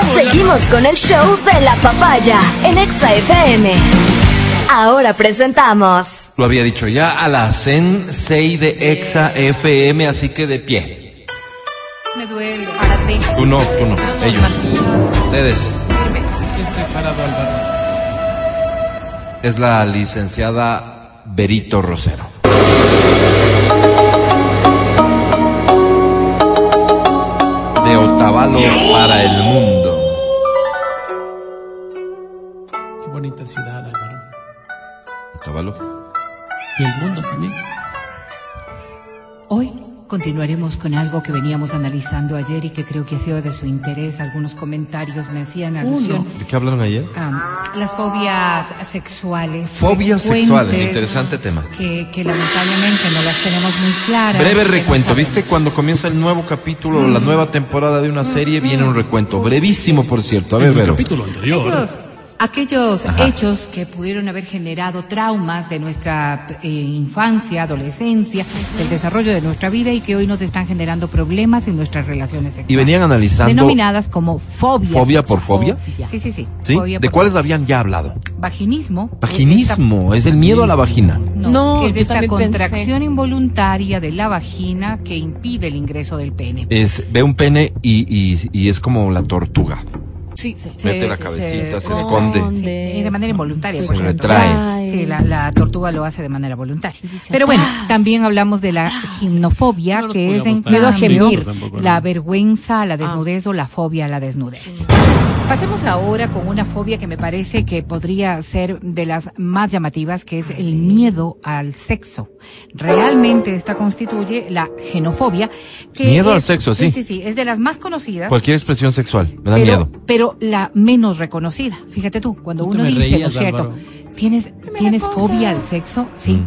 Continuamos con el show de la papaya en Exa FM. Ahora presentamos. Lo había dicho ya a la Zen 6 de Exa FM, así que de pie. Me duele. Párate. Tú no, tú no, No, no, ellos. Matías. Ustedes. Firme. Yo estoy parado al barro. Es la licenciada Berito Rosero. De Otavalo para el mundo. Qué bonita ciudad, Álvaro. Otavalo. Y el mundo también. Hoy continuaremos con algo que veníamos analizando ayer y que creo que ha sido de su interés. Algunos comentarios me hacían alusión ¿De qué hablaron ayer? a las fobias sexuales. Fobias frecuentes, sexuales, interesante tema. Que, que lamentablemente no las tenemos muy claras. Breve que no recuento, sabemos. ¿viste? Cuando comienza el nuevo capítulo, o la Mm. nueva temporada de una serie, viene un recuento. Brevísimo, por cierto. A ver, En el Vero. capítulo anterior. Aquellos, aquellos hechos que pudieron haber generado traumas de nuestra eh, infancia, adolescencia, del desarrollo de nuestra vida y que hoy nos están generando problemas en nuestras relaciones sexuales. Y venían analizando. Denominadas como fobias. ¿Fobia por fobia? Sí, sí, sí. ¿Sí? Fobia ¿De por cuáles fobia. habían ya hablado? Vaginismo. Vaginismo, es el miedo a la vagina. No, No, que es yo esta también contracción involuntaria de la vagina que impide el ingreso del pene. Es, ve un pene y, y- y es como la tortuga. Sí, sí, Eh, Mete la sí, cabecita, se sí. esconde. Sí, y de manera involuntaria. Se por supuesto. retrae. Sí, la, la tortuga lo hace de manera voluntaria. Pero bueno, también hablamos de la gimnofobia, No nos que es pongamos en tan cambio, estrictos tampoco, ¿no? la vergüenza a la desnudez o la fobia a la desnudez. Pasemos ahora con una fobia que me parece que podría ser de las más llamativas, que es el miedo al sexo. Realmente esta constituye la genofobia. Que Miedo es- al sexo, sí. Sí, sí, es de las más conocidas Cualquier expresión sexual, me da pero, miedo. pero la menos reconocida. Fíjate tú, cuando No te uno me dice, ¿no reías, es cierto? Álvaro. ¿Tienes, ¿tienes fobia al sexo? Sí. Mm.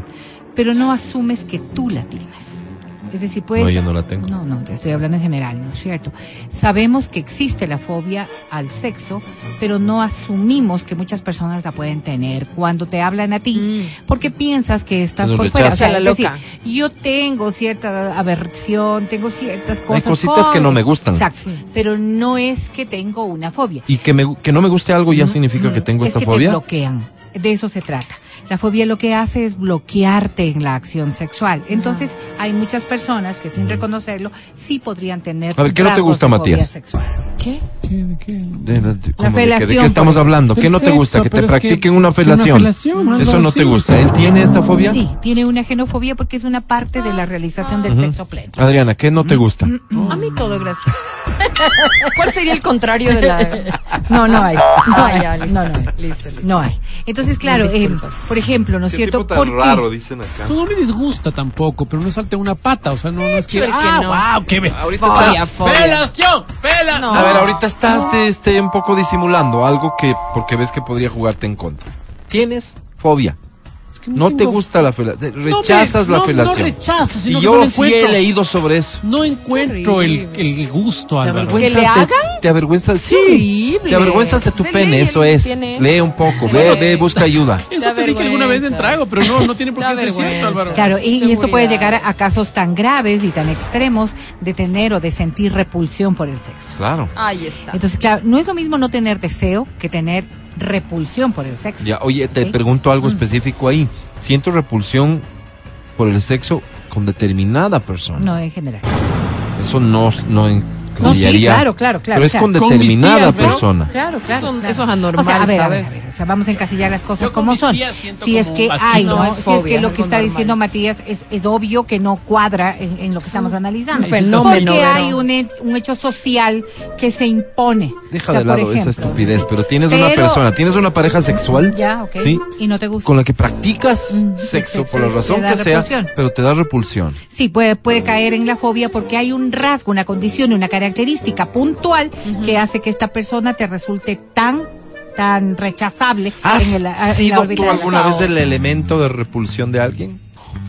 Pero no asumes que tú la tienes. Es decir, puedes. No, yo no la tengo. No, no, te estoy hablando en general, ¿no es cierto? Sabemos que existe la fobia al sexo, pero no asumimos que muchas personas la pueden tener cuando te hablan a ti, porque piensas que estás Es un por fuera. O rechazo. sea, Mm. La es decir, loca. yo tengo cierta aversión, tengo ciertas cosas. cositas que no me gustan. Exacto. Pero no es que tengo una fobia. Y que, me, que no me guste algo ya significa que tengo es esta que te fobia. bloquean. De eso se trata. La fobia lo que hace es bloquearte en la acción sexual. Entonces, hay muchas personas que sin reconocerlo sí podrían tener. Mm. A ver, ¿qué no te rasgos gusta, de fobia Matías? sexual. ¿Qué? ¿Qué, de qué? De, de- de- ¿cómo de qué? ¿De felación, qué estamos por- hablando? ¿Qué no te Perfecto, gusta? Que te pero es que- practiquen una una felación. felación, Álvaro, Eso no sí, te o gusta. sea. ¿Él tiene esta fobia? Sí, tiene una genofobia porque es una parte de la realización del sexo pleno. Adriana, Mm. ¿qué no te gusta? A mí todo, gracias. ¿Cuál sería el contrario de la.? No, no hay. No Ah, hay. ya, listo. no, no hay. Listo, listo. No hay. Entonces, claro, eh, por ejemplo, ¿no es cierto? ¿Por qué? dicen acá. No, no me disgusta tampoco, pero no salte una pata. O sea, no, no es que. chévere que ¡Ah, no. wow! ¡Qué me... Ahorita Fobia, estás- fobia. ¡Felación! ¡Fela! No. A ver, ahorita estás este, un poco disimulando algo que porque ves que podría jugarte en contra. Tienes fobia. Es que No te tengo- gusta la felación. No me- Rechazas no, la felación. No rechazo, sino y que no yo lo sí encuentro. he leído sobre eso. No encuentro el, el gusto, Álvaro. ¿Que le Avergüenzas de- hagan? Te avergüenzas, sí. horrible. Te avergüenzas de tu Ve, pene, lee, eso lee, es. tiene- Lee un poco, ve, ve, busca ayuda. Eso Da te dije alguna vez en vergüenza. trago, pero no, no tiene por qué Da ser cierto, vergüenza. Álvaro. Claro, y, y esto Seguridad. puede llegar a, a casos tan graves y tan extremos de tener o de sentir repulsión por el sexo. Claro. Ahí está. Entonces, claro, no es lo mismo no tener deseo que tener repulsión por el sexo. Ya, oye, te ¿Ok? Mm. pregunto algo específico ahí. Siento repulsión por el sexo con determinada persona. No, en general. Eso no, no No, sí, incluiría- claro, claro, claro, Pero es o sea, con con mis determinada tías, ¿no? persona. Claro, claro. Son- claro. eso es anormal, O sea, a ver, a ¿sabes? ver, a ver, o sea, vamos a encasillar las cosas Yo con como mis son. tías siento Si es como que un hay, asquito. ¿no? No, es si es fobia, que lo algo que está normal. diciendo Matías es, es obvio que no cuadra en, en lo que estamos analizando. un fenómeno, Porque hay pero- un, he- un hecho social que se impone. Deja O sea, de por lado esa ejemplo, estupidez, pero tienes una Pero- persona, tienes una pareja sexual. Ya, ok. ¿Sí? Y no te gusta. Con la que practicas Mm, sexo, sí, por la sí, razón te da que sea, repulsión. pero te da repulsión. Sí, puede, puede caer en la fobia porque hay un rasgo, una condición, una característica puntual que hace que esta persona te resulte tan, tan rechazable ¿Has en el- a- en la sido órbita tú de la- alguna vez el elemento de repulsión de alguien?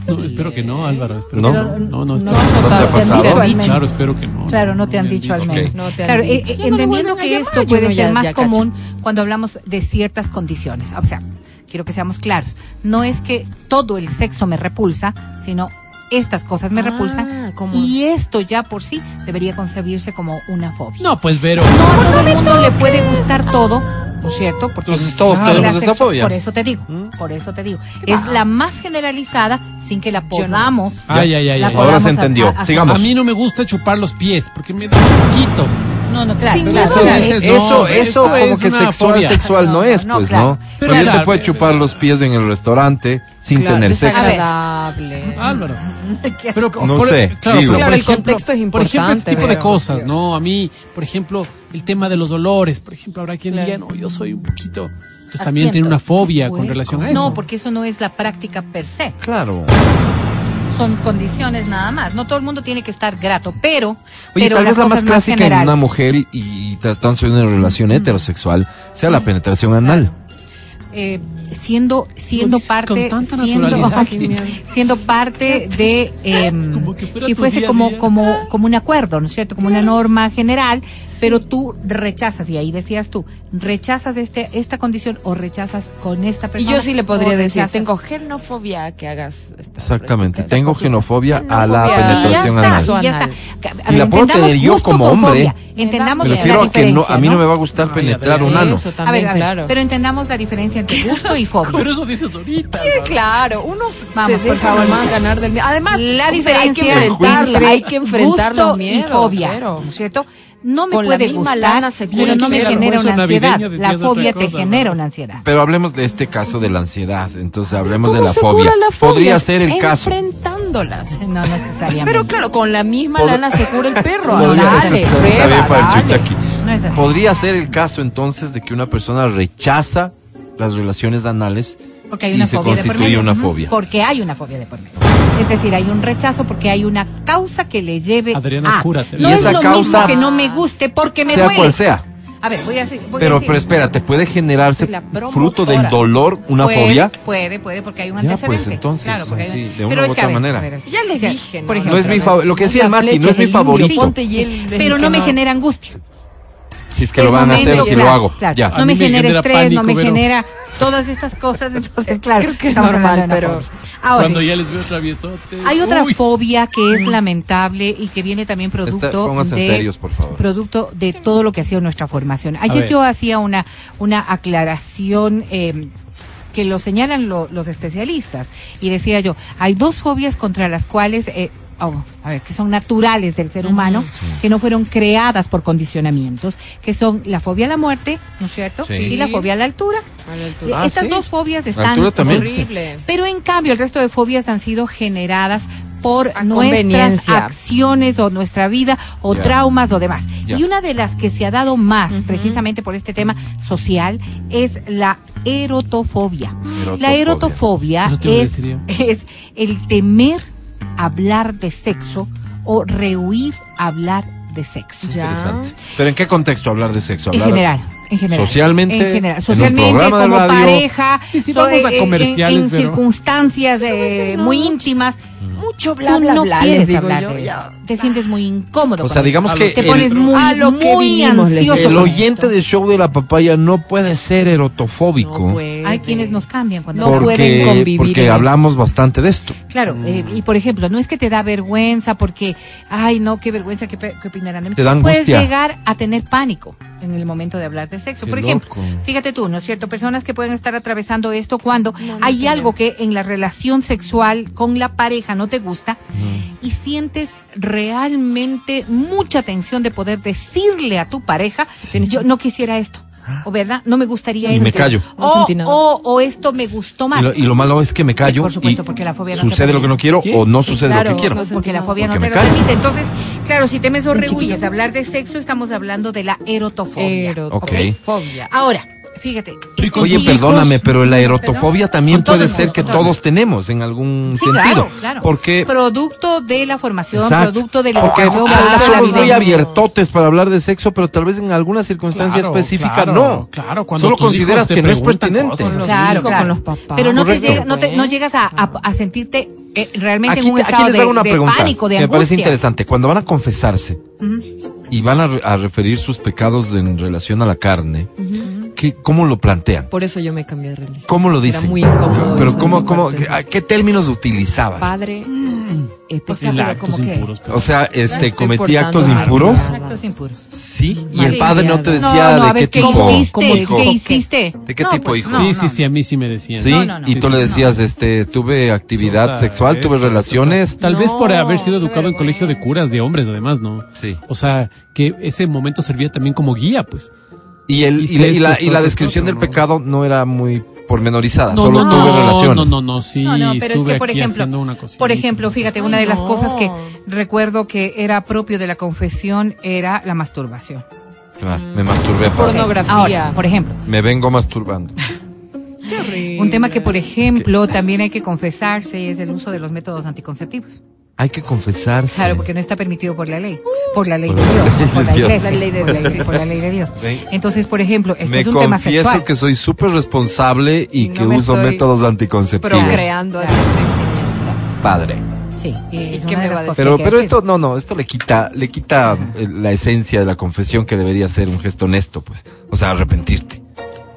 No, espero que no, Álvaro. espero No. que no, no, no, espero no, que no te ha pasado? te han dicho. Claro, espero que no. Claro, no te han me dicho al Ok. menos. No te han Claro, eh, eh, dicho. Ya no me entendiendo vuelven a que llamar, esto yo puede no, ser ya- más ya cacho. común cuando hablamos de ciertas condiciones. O sea, quiero que seamos claros. No es que todo el sexo me repulsa, sino estas cosas me Ah, repulsan como- y esto ya por sí debería concebirse como una fobia. No, pues Vero. No a todo el mundo le puede gustar todo, ¿no es cierto? Porque Entonces, todos la tenemos esa sexo- fobia. Por eso te digo, ¿Mm? por eso te digo. Es la más generalizada sin que la Yo no. podamos. Ay, ay, ay, la ay. podamos Ahora se a- entendió. a- a- Sigamos. A mí no me gusta chupar los pies porque me da asquito. No, no, claro. Sin claro, miedo a claro. la- Eso, Dices, no, eso, esto como es que una sexual, fobia. sexual no No, es, no, pues, claro. ¿no? Pero Nadie te claro. puede chupar los pies en el restaurante sin Claro, tener sexo. Desagradable. Álvaro. Qué Pero, asco. No por- sé, Claro, digo. pero Claro, por el ejemplo- contexto Por es ejemplo, este importante, tipo de pero- cosas, Dios. ¿no? A mí, por ejemplo, el tema de los dolores. Por ejemplo, habrá quien Claro. diga, no, yo soy un poquito. Entonces pues también tiene Asquiento. una fobia con Puerco. relación a eso. No, porque eso no es la práctica per se. Claro. Son condiciones nada más. No todo el mundo tiene que estar grato, pero. Oye, pero tal las vez la cosas más clásica en generales. una mujer y, y tratándose de una relación heterosexual sea la penetración anal. eh, siendo Lo siendo dices con parte tanta siendo, naturalidad Ay, que- miedo. siendo parte de em, Como que fuera si tu fuese día a como día. como como un acuerdo no es cierto como una norma general pero tú rechazas y ahí decías tú rechazas este esta condición o rechazas con esta Y persona yo sí le podría o decir, rechazas. tengo genofobia que hagas. esta Exactamente. práctica. Tengo genofobia a la Genofobia. y ya penetración está, anal. anal. y ya está. A Y la puedo entendamos tener yo gusto como con hombre. fobia. Me Entendamos la refiero a que no, a mí no me diferencia, va a gustar Ay, penetrar Adrián. un ano. Eso A ver, también, a ver, claro. pero entendamos la diferencia entre gusto y fobia. Pero eso dices ahorita. Sí, Álvaro. claro, unos Vamos, se por dejan favor, más muchachos. ganar del miedo. Además, la hay que diferencia enfrentarla, entre hay que enfrentar gusto los y miedos, fobia, pero- ¿no es cierto? No me Con la puede misma gustar, lana se cura pero no el me perro. genera Almuerzo una ansiedad. navideño decías La otra fobia te cosa, ¿no? genera una ansiedad. Pero hablemos de este caso de la ansiedad. Entonces hablemos de ¿Cómo la se fobia. cura la fobia? Podría ser el caso. Enfrentándolas. No necesariamente. Pero claro, con la misma Pod- lana se cura el perro. Ah, Podría- Dale, está bien prueba, para el dale. chuchaqui. No es así. Podría ser el caso entonces de que una persona rechaza las relaciones anales porque hay y una se fobia de por constituye medio. una Ujú, fobia. Porque hay una fobia de por medio. Es decir, hay un rechazo porque hay una causa que le lleve Adriana, a. cúrate. No Y es esa lo causa- mismo que no me guste porque me sea duele. cual sea. A ver, voy a, decir- voy a Pero, decir- pero espérate, ¿puede generarse Soy la promotora. fruto del dolor una puede, fobia? Puede, puede, porque hay un Ya, antecedente. pues, entonces, claro, porque hay así, un- de una pero u es que, otra a ver, manera. a ver, es- Ya les dije, ¿no? por ejemplo, No es mi otra vez. favor- lo que decía el Una Mati, no es flecha mi del favorito. indio, ponte y él- pero no me genera angustia. Si es que El lo van a hacer momento, o si claro, lo hago. claro. Ya. A No mí me me genera genera estrés, no me pánico, pero- genera todas estas cosas, entonces claro, Creo que es estamos normal, hablando de una pero- fobia. Ahora, Cuando sí, ya les veo traviesotes. Ah, hay otra uy. fobia que es lamentable y que viene también Mm. Está- producto pónganse de serios, por favor. producto de todo lo que ha sido nuestra formación. Ayer ver. yo hacía una una aclaración eh, que lo señalan lo- los especialistas y decía yo, hay dos fobias contra las cuales eh, oh, a ver, que son naturales del Mm. ser humano, que no fueron creadas por condicionamientos, que son la fobia a la muerte, ¿no es cierto? Sí. Y la fobia a la altura. A la altura. Eh, Ah, Estas sí. dos fobias están Altura también. Horrible. pero en cambio, el resto de fobias han sido generadas por A nuestras conveniencia. acciones o nuestra vida o Ya. traumas o demás. Ya. Y una de las que se ha dado más precisamente por este tema social es la erotofobia. Erotofobia. La erotofobia Eso te iba a es, decir es el temer hablar de sexo o rehuir hablar de sexo. Ya. Interesante. Pero ¿en qué contexto hablar de sexo? En Hablar- general, en general. Socialmente, En general. en un Socialmente, programa de como radio. pareja. Sí, sí, so- vamos a en- en- comerciales, En, pero- circunstancias eh, muy íntimas. Mucho bla, Tú bla, no bla, les quieres digo hablar yo, de ya. esto. Te sientes muy incómodo. O con sea, esto. digamos A que lo Te el- pones muy, A lo que muy vinimos, les digo. ansioso. el con oyente esto. del show de la papaya no puede ser erotofóbico. No puede. Hay quienes nos cambian cuando No porque, pueden convivir en Porque eso. hablamos bastante de esto. Claro, eh, y por ejemplo, no es que te da vergüenza porque, ay, no, qué vergüenza, qué, pe- qué opinarán de mí. Te da Puedes angustia. llegar a tener pánico en el momento de hablar de sexo. Qué por ejemplo, loco. fíjate tú, ¿no es cierto? Personas que pueden estar atravesando esto cuando hay algo que en la relación sexual con la pareja no te gusta y sientes realmente mucha tensión de poder decirle a tu pareja, yo no quisiera esto. O verdad, no me gustaría Ah. Y esto. me callo. No O, sentí nada. o, o esto me gustó Y más. lo, y lo malo es que me callo. Por supuesto, y porque la fobia no te Sucede lo que no quiero ¿Qué? o no Sí, sucede claro, lo que quiero. no, porque la fobia no Porque me te lo callo. permite. Entonces, claro, si temes o Son rehuyes chiquitos. hablar de sexo, estamos hablando de la erotofobia. Erotofobia. Ahora, fíjate. Y con Oye, tus perdóname, hijos. pero la erotofobia también Con todo puede el ser mundo, que con todo el todos tenemos en algún Sí, sentido. claro, claro. Porque Producto de la formación, Exacto. producto de la Porque educación, quizás producto de la somos muy vivencia. abiertotes para hablar de sexo, pero tal vez en alguna circunstancia Claro, específica claro, no. claro, cuando Solo tus hijos consideras te que no es preguntan pertinente. cosas. Los Claro, hijos, claro. con los papás. Pero no Correcto. te llega- no, te- no llegas a, a- a sentirte eh, realmente en un te- aquí estado les de, hago una de pregunta pánico, de que me parece angustia. interesante. Cuando van a confesarse y van a, re- a referir sus pecados en relación a la carne, ¿qué- ¿cómo lo plantean? Por eso yo me cambié de religión. ¿Cómo lo dicen? muy incómodo Pero eso, ¿cómo, esa cómo, parte. a qué términos utilizabas? Padre, Eh, O o sea, el pero actos como que- impuros. pero- O sea, este, Estoy cometí portando actos mal. impuros. Actos impuros. Sí, y Mal el padre no te criado. decía No, no, a de ver, qué ¿qué tipo. hiciste? ¿Cómo ¿Qué dijo? hiciste? ¿De qué No, tipo, pues, hijo? no, sí, no, sí, sí, a mí sí me decían. Sí, No, no, no. y tú le decías, este, tuve actividad Puta, sexual, esto, tuve esto, relaciones. esto. Tal vez por No, haber sido qué educado en vergüenza. colegio de curas de hombres, además, ¿no? Sí. O sea, que ese momento servía también como guía, pues. Y, el, y, Y la, y la- esto, y la esto, descripción esto, del ¿no? pecado no era muy pormenorizada, solo no, tuve no, relaciones. No, no, no, sí. No, no, pero es estuve que, por aquí ejemplo, haciendo una cosita. por ejemplo, fíjate, Ay, una de las no. cosas que recuerdo que era propio de la confesión era la masturbación. Claro, me masturbé. padre. Pornografía. Ahora, por ejemplo, Me vengo masturbando. un tema que, por ejemplo, también hay que confesarse es el uso de los métodos anticonceptivos. Hay que confesarse. Claro, porque no está permitido por la ley. Por la ley Por de la Dios. ley de Por la Dios. iglesia. La ley de por la- Dios. sí, Por la ley de Dios. Ven. Entonces, por ejemplo, esto me es un tema confieso sexual. que soy súper responsable y No que me uso estoy métodos anticonceptivos. Procreando a diestra y siniestra. Padre. Sí, es qué una de me va las a cosas Pero, que hay que pero decir. esto, no, no, esto le quita, le quita eh, la esencia de la confesión que debería ser un gesto honesto, pues. O sea, arrepentirte.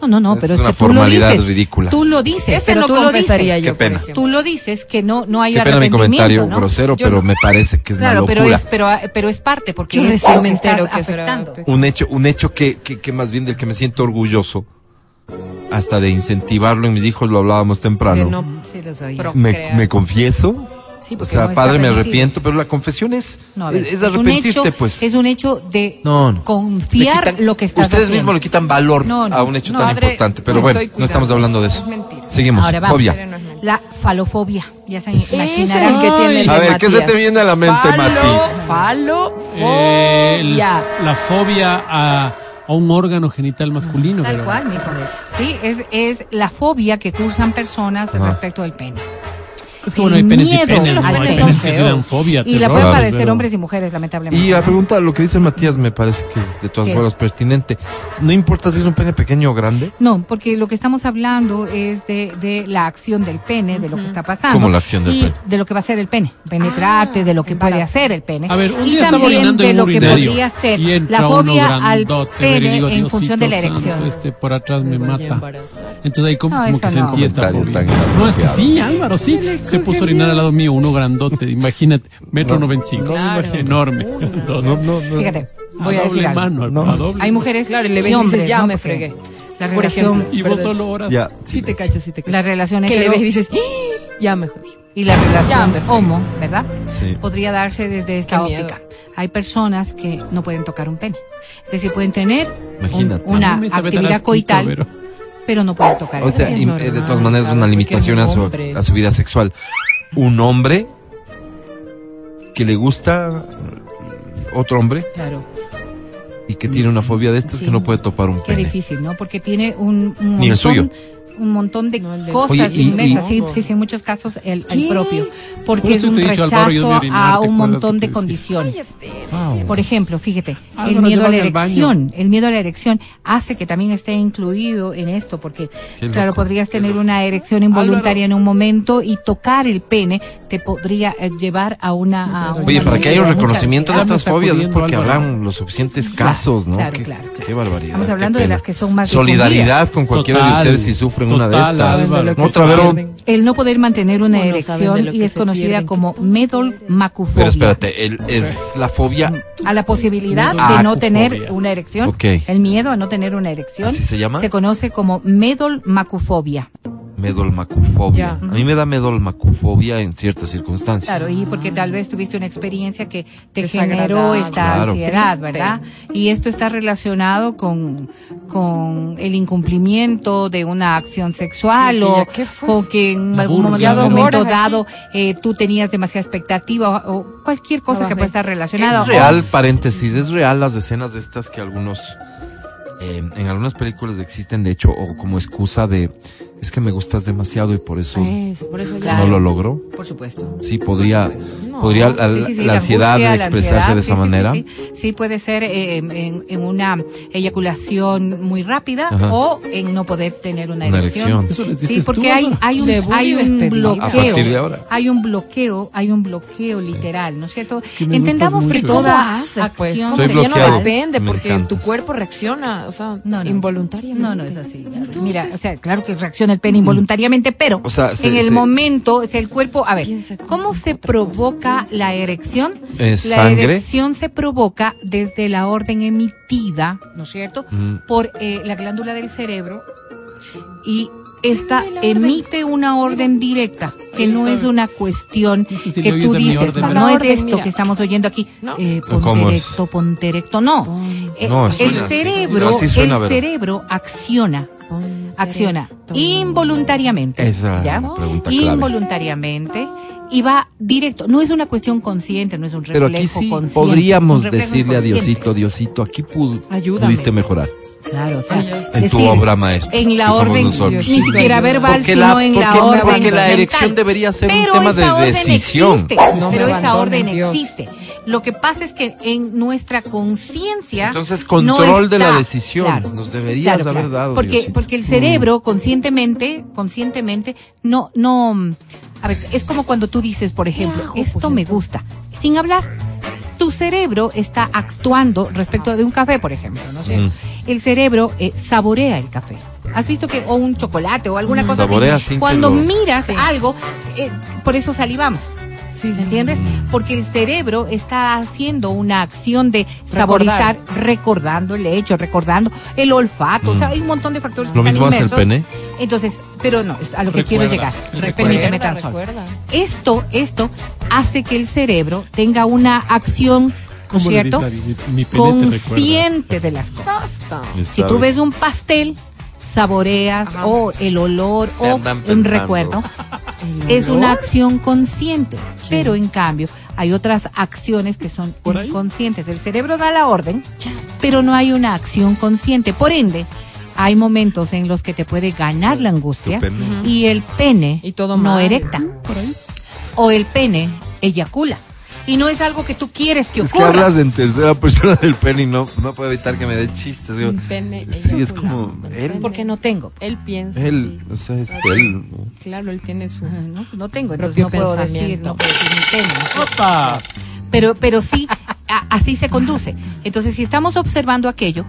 No, no, no, es pero una es que tú lo formalidad dices. ridícula. Tú lo dices, Ese pero Este no tú Este lo confesaría dices. yo, Qué pena. por ejemplo. Tú lo dices que no no hay Qué pena mi arrepentimiento, comentario ¿no? grosero, Yo pero no- me parece que es Claro, una pero locura. es pero ah, pero es parte porque Yo es recién lo me "Oh, entero estás que eso era afectando. pecado. Un hecho, un hecho que, que, que más bien del que me siento orgulloso, hasta de incentivarlo en mis hijos, lo hablábamos Que temprano. no, sí lo sabía. Pro- me, crear. me confieso. Sí, o porque sea, no está padre, me permitido. arrepiento, pero la confesión es, No, a ver, es, es un arrepentirte, hecho- pues. Es un hecho de No, no. confiar Le quitan- lo que estás Ustedes haciendo. mismos le quitan valor No, no. a un hecho No, tan padre, importante. Pero me bueno, estoy no estamos cuidando. hablando de eso. Es mentira. Seguimos. Ahora vamos. Fobia. Pero no es mentira. La falofobia, ya se Ese es el imaginarán que tiene el A de ver, ¿qué se Matías. te viene a la mente, Mati? Falo, Eh, el- fobia. la fobia a, a un órgano genital masculino. Tal pero- cual, mijo. Sí, es, es la fobia que cursan personas Ajá. respecto del pene. Es que bueno, hay penes y penes, ¿no? al Hay pene penes son que se dan feos. fobia, Y la terror, pueden pero- padecer hombres y mujeres, lamentablemente. Y la pregunta, lo que dice Matías, me parece que es de todas ¿Qué? formas pertinente. No importa si es un pene pequeño o grande. No, porque lo que estamos hablando es de, de la acción del pene, de lo que está pasando. ¿Cómo la acción del y pene? de lo que va a hacer el pene. Penetrarte, de lo que puede hacer el pene. Ah, A ver, un ¿eh? y día estaba también orinando de en lo un que urinario podría ser y entra la uno fobia al grandote, pene pero digo, en Diosito función de la santo, erección. este por atrás me, Me voy a mata. embarazar. Entonces ahí como, No, como eso que no. sentía esta Comentario fobia. tan No, es que inapropiado. sí, Álvaro, sí. Se puso a orinar al lado mío, uno grandote, imagínate, metro No, noventa y cinco, no me imagino. enorme. Entonces, Fíjate, voy a doble decir algo. mano, No. a doble- Hay mujeres Claro, y le y ves y dices, hombres, ya ¿no? me Porque fregué. La Por relación, ejemplo. Y vos Perdón. solo oras. Ya. Sí te cachas, sí te la cachas. relación Que le hetero- ves y dices, "¡Ah! ya mejor. y la relación me fregué. homo, ¿verdad? Sí. Podría darse desde esta Qué miedo. óptica. Hay personas que no pueden tocar un pene. Es decir, pueden tener Imagínate. un- una No me sabe dar actividad asquito, coital, pero- pero... no pueden tocar O el sea, pene. y, normal, eh, de todas maneras es una claro, limitación a porque es un su, hombre. a su vida sexual. Un hombre que le gusta otro hombre Claro. y que tiene una fobia de estas Sí. que no puede topar un Qué pene. difícil, ¿no? Porque tiene un, un Ni el suyo. un montón de No, el de- cosas Oye, y- inmensas, y- sí, sí, sí, en muchos casos el, el ¿Qué? propio, Por porque es eso un te he dicho, rechazo Álvaro, yo de orinar, a ¿te un acuerdas montón que te de decía? condiciones. Wow. Por ejemplo, fíjate, Álvaro, el miedo a la llévame al baño. erección, el miedo a la erección hace que también esté incluido en esto, porque Qué claro, loco, podrías tener una erección involuntaria en un momento y tocar el pene te podría eh, llevar a una... a claro. una Oye, para que haya un mucha reconocimiento de ansiedad. Me estas está fobias es jodiendo, porque Álvaro. habrán los suficientes casos, ¿no? claro, qué, claro, claro. qué barbaridad. Estamos qué hablando de pena. las que son más Solidaridad con cualquiera de Total, ustedes si sufren una de total, estas. Álvaro, que Otra se vez, pierden. El no poder mantener una Bueno, saben de lo erección y que es se conocida pierden. como medol macufobia. pero espérate, el- es la fobia. A la posibilidad Medol de no macufobia. tener una erección. Ok. El miedo a no tener una erección. ¿Así se llama? conoce como medol macufobia. Medolmacufobia. Ya. A mí me da medolmacufobia en ciertas circunstancias. Claro, y porque tal vez tuviste una experiencia que te Desagradable. generó esta Claro. ansiedad, Triste. ¿verdad? Y esto está relacionado con, con el incumplimiento de una acción sexual Y que o ya, ¿qué fue? con que en La algún burla, momento, ¿no? momento Ahora dado eh, tú tenías demasiada expectativa o, o cualquier cosa que Abajo. pueda estar relacionada. Es real, paréntesis, es real las escenas de estas que algunos, eh, en algunas películas existen, de hecho, o como excusa de, es que me gustas demasiado y por eso Eso, Pues, por eso ya. no lo logro. Por supuesto. Sí, podría, No, ¿Podría la, Sí, sí, sí, la ansiedad angustia, la expresarse ansiedad, de sí, esa sí, sí, manera? Sí, Sí, puede ser eh, en, en una eyaculación muy rápida Ajá. o en no poder tener una, Una erección. erección. Eso les Sí, dices tú, porque hay, Bárbara. hay un, De bullying hay un despedido. bloqueo. A partir de ahora. Hay un bloqueo, hay un bloqueo literal, ¿no es cierto? que me Entendamos gustas que mucho. toda ¿Cómo haces, pues? acción ¿Cómo? Estoy se- Ya bloqueado. no depende, Me porque encantas. tu cuerpo reacciona, o sea, No, no. involuntariamente. No, no es así. Mira, o sea, claro que reacciona el pene involuntariamente, pero O sea, se- en el se- momento, o sea, el cuerpo, a ver, Piensa con- ¿cómo se provoca la erección? Eh, la sangre. erección se provoca desde la orden emitida, ¿no es cierto?, por eh, la glándula del cerebro y esta emite una orden directa, que no es una cuestión No sé si que lo oyes tú de mi dices, orden, no, pero- es Orden, esto mira. que estamos oyendo aquí, No. eh, ponte ¿Cómo es? erecto, ponte erecto, no. Eh, No, el suena así. cerebro, Así suena, el Vero. cerebro acciona, acciona involuntariamente, Esa era ¿ya? la pregunta clave. Involuntariamente y va directo. No es una cuestión consciente, no es un Pero reflejo aquí sí consciente. podríamos es un reflejo decirle a inconsciente. Diosito, Diosito, aquí pudo- Ayúdame. pudiste mejorar. Claro, o sea, Ay, En tu decir, obra maestra. En la que somos orden, nosotros. ni siquiera verbal, Porque sino la- en la porque orden. porque la erección mental. debería ser un Pero tema de esa orden decisión. existe, No me pero esa abandones, orden Dios. existe. Lo que pasa es que en nuestra conciencia. Entonces, no control de está- la decisión. Nos deberías haber dado, Porque, Diosito. porque el cerebro, conscientemente, conscientemente, no, no. A ver, es como cuando tú dices, por ejemplo, hago, esto por me ejemplo? gusta, sin hablar tu cerebro está actuando respecto de un café, por ejemplo. ¿no? sé. El cerebro eh, saborea el café. ¿Has visto que o un chocolate o alguna cosa Saborea así? sin que Cuando lo- miras Sí. algo, eh, por eso salivamos. Sí, sí, ¿Entiendes? Porque el cerebro está haciendo una acción de saborizar, recordando el hecho, recordando el olfato. O sea, hay un montón de factores Lo que mismo están hace el inmersos. pene. Entonces, pero no, es a lo que quiero llegar. Recuerda, Re- recuerda. Permíteme tan solo. Recuerda, recuerda. Esto, esto hace que el cerebro tenga una acción, ¿no es ¿Cómo le cierto? dices, David? Mi- mi pene te recuerda. Consciente de las cosas. Basta. Si tú ves un pastel, saboreas Ajá. o el olor Te o andan un pensando. recuerdo. El Es olor. una acción consciente, pero en cambio hay otras acciones que son ¿Por ahí? inconscientes. El cerebro da la orden, pero no hay una acción consciente. Por ende, hay momentos en los que te puede ganar la angustia Tu pene. y el pene Y todo no mal. erecta o el pene eyacula y no es algo que tú quieres que Es que ocurra. hablas en tercera persona del pene y no, no puedo evitar que me dé chistes. digo, pene sí, es eyacula. como él. porque no tengo. Él piensa. Él, sí. o sea, es él. ¿no? Claro, él tiene su. No, pues no tengo, entonces Propio no puedo decir, pensamiento. no puedo decir mi pene. ¡Opa! Pero, pero sí, a- así se conduce. Entonces, si estamos observando aquello,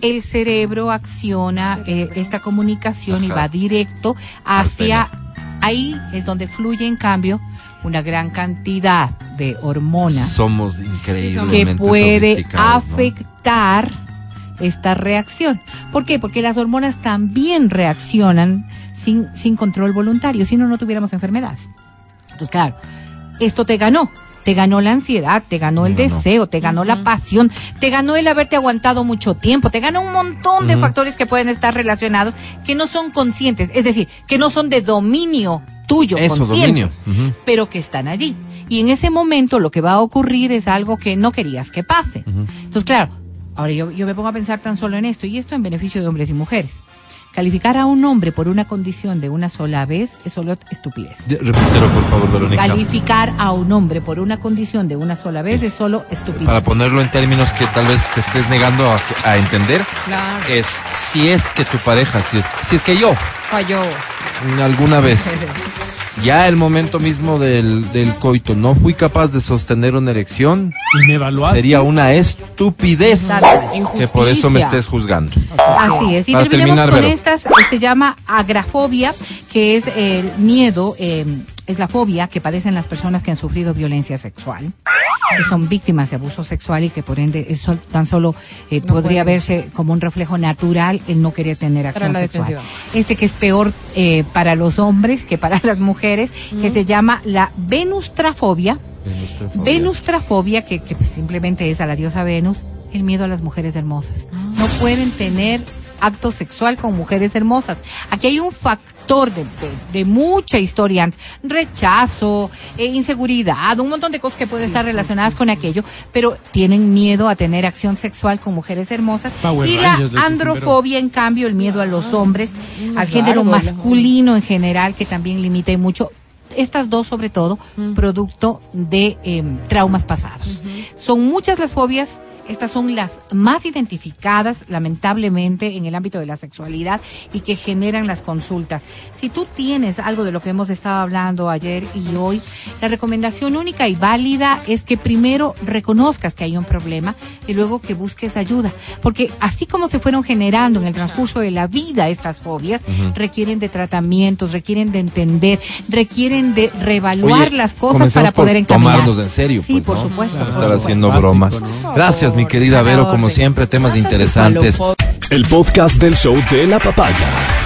el cerebro acciona eh, esta comunicación y Ajá. va directo hacia... Ahí es donde fluye, en cambio, una gran cantidad de hormonas Somos increíblemente que puede sofisticados, ¿no? afectar esta reacción. ¿Por qué? Porque las hormonas también reaccionan sin, sin control voluntario, si no, no tuviéramos enfermedades. Entonces, claro, esto te ganó. Te ganó la ansiedad, te ganó el Te ganó. deseo, te ganó la pasión, te ganó el haberte aguantado mucho tiempo, te ganó un montón de factores que pueden estar relacionados que no son conscientes, es decir, que no son de dominio tuyo. Eso, consciente dominio. Ujú. pero que están allí. Y en ese momento lo que va a ocurrir es algo que no querías que pase. Entonces, claro, ahora yo, yo me pongo a pensar tan solo en esto, y esto en beneficio de hombres y mujeres. Calificar a un hombre por una condición de una sola vez es solo estupidez. De- Repítelo, por favor, Verónica. Calificar a un hombre por una condición de una sola vez es solo estupidez. Para ponerlo en términos que tal vez te estés negando a, a entender, Claro. es si es que tu pareja, si es, si es que yo, Falló. alguna vez, ya el momento mismo del, del coito, no fui capaz de sostener una erección, Y me evaluaste. sería una estupidez Injusticia. que por eso me estés juzgando. Así es. Y Para terminemos terminar, con Vero. estas, eh, se llama agrafobia, que es el miedo, eh, es la fobia que padecen las personas que han sufrido violencia sexual, que son víctimas de abuso sexual y que por ende es sol- tan solo eh, No podría pueden. verse como un reflejo natural el no querer tener acción la sexual. defensiva. Este que es peor eh, para los hombres que para las mujeres, que se llama la venustrafobia. Venustrafobia, que, que pues, simplemente es a la diosa Venus, el miedo a las mujeres hermosas. No pueden tener acto sexual con mujeres hermosas. Aquí hay un factor de, de- de mucha historia, antes. rechazo, eh, inseguridad, un montón de cosas que pueden estar relacionadas con aquello, pero tienen miedo a tener acción sexual con mujeres hermosas. Power y Rangers, les la dicen, androfobia, en cambio, el miedo a los hombres, al género largo, masculino en general, que también limita y mucho estas dos sobre todo, producto de eh, traumas pasados. Son muchas las fobias. Estas son las más identificadas, lamentablemente, en el ámbito de la sexualidad y que generan las consultas. Si tú tienes algo de lo que hemos estado hablando ayer y hoy, la recomendación única y válida es que primero reconozcas que hay un problema y luego que busques ayuda. Porque así como se fueron generando en el transcurso de la vida estas fobias, requieren de tratamientos, requieren de entender, requieren de reevaluar Oye, las cosas comencemos para poder por encaminar. tomarnos en serio, Sí, pues, por ¿no? supuesto. Claro. por Estar supuesto. haciendo Básico, bromas. ¿no? Gracias, mi querida A la Vero, como orden. siempre, temas interesantes. El podcast del show de la papaya.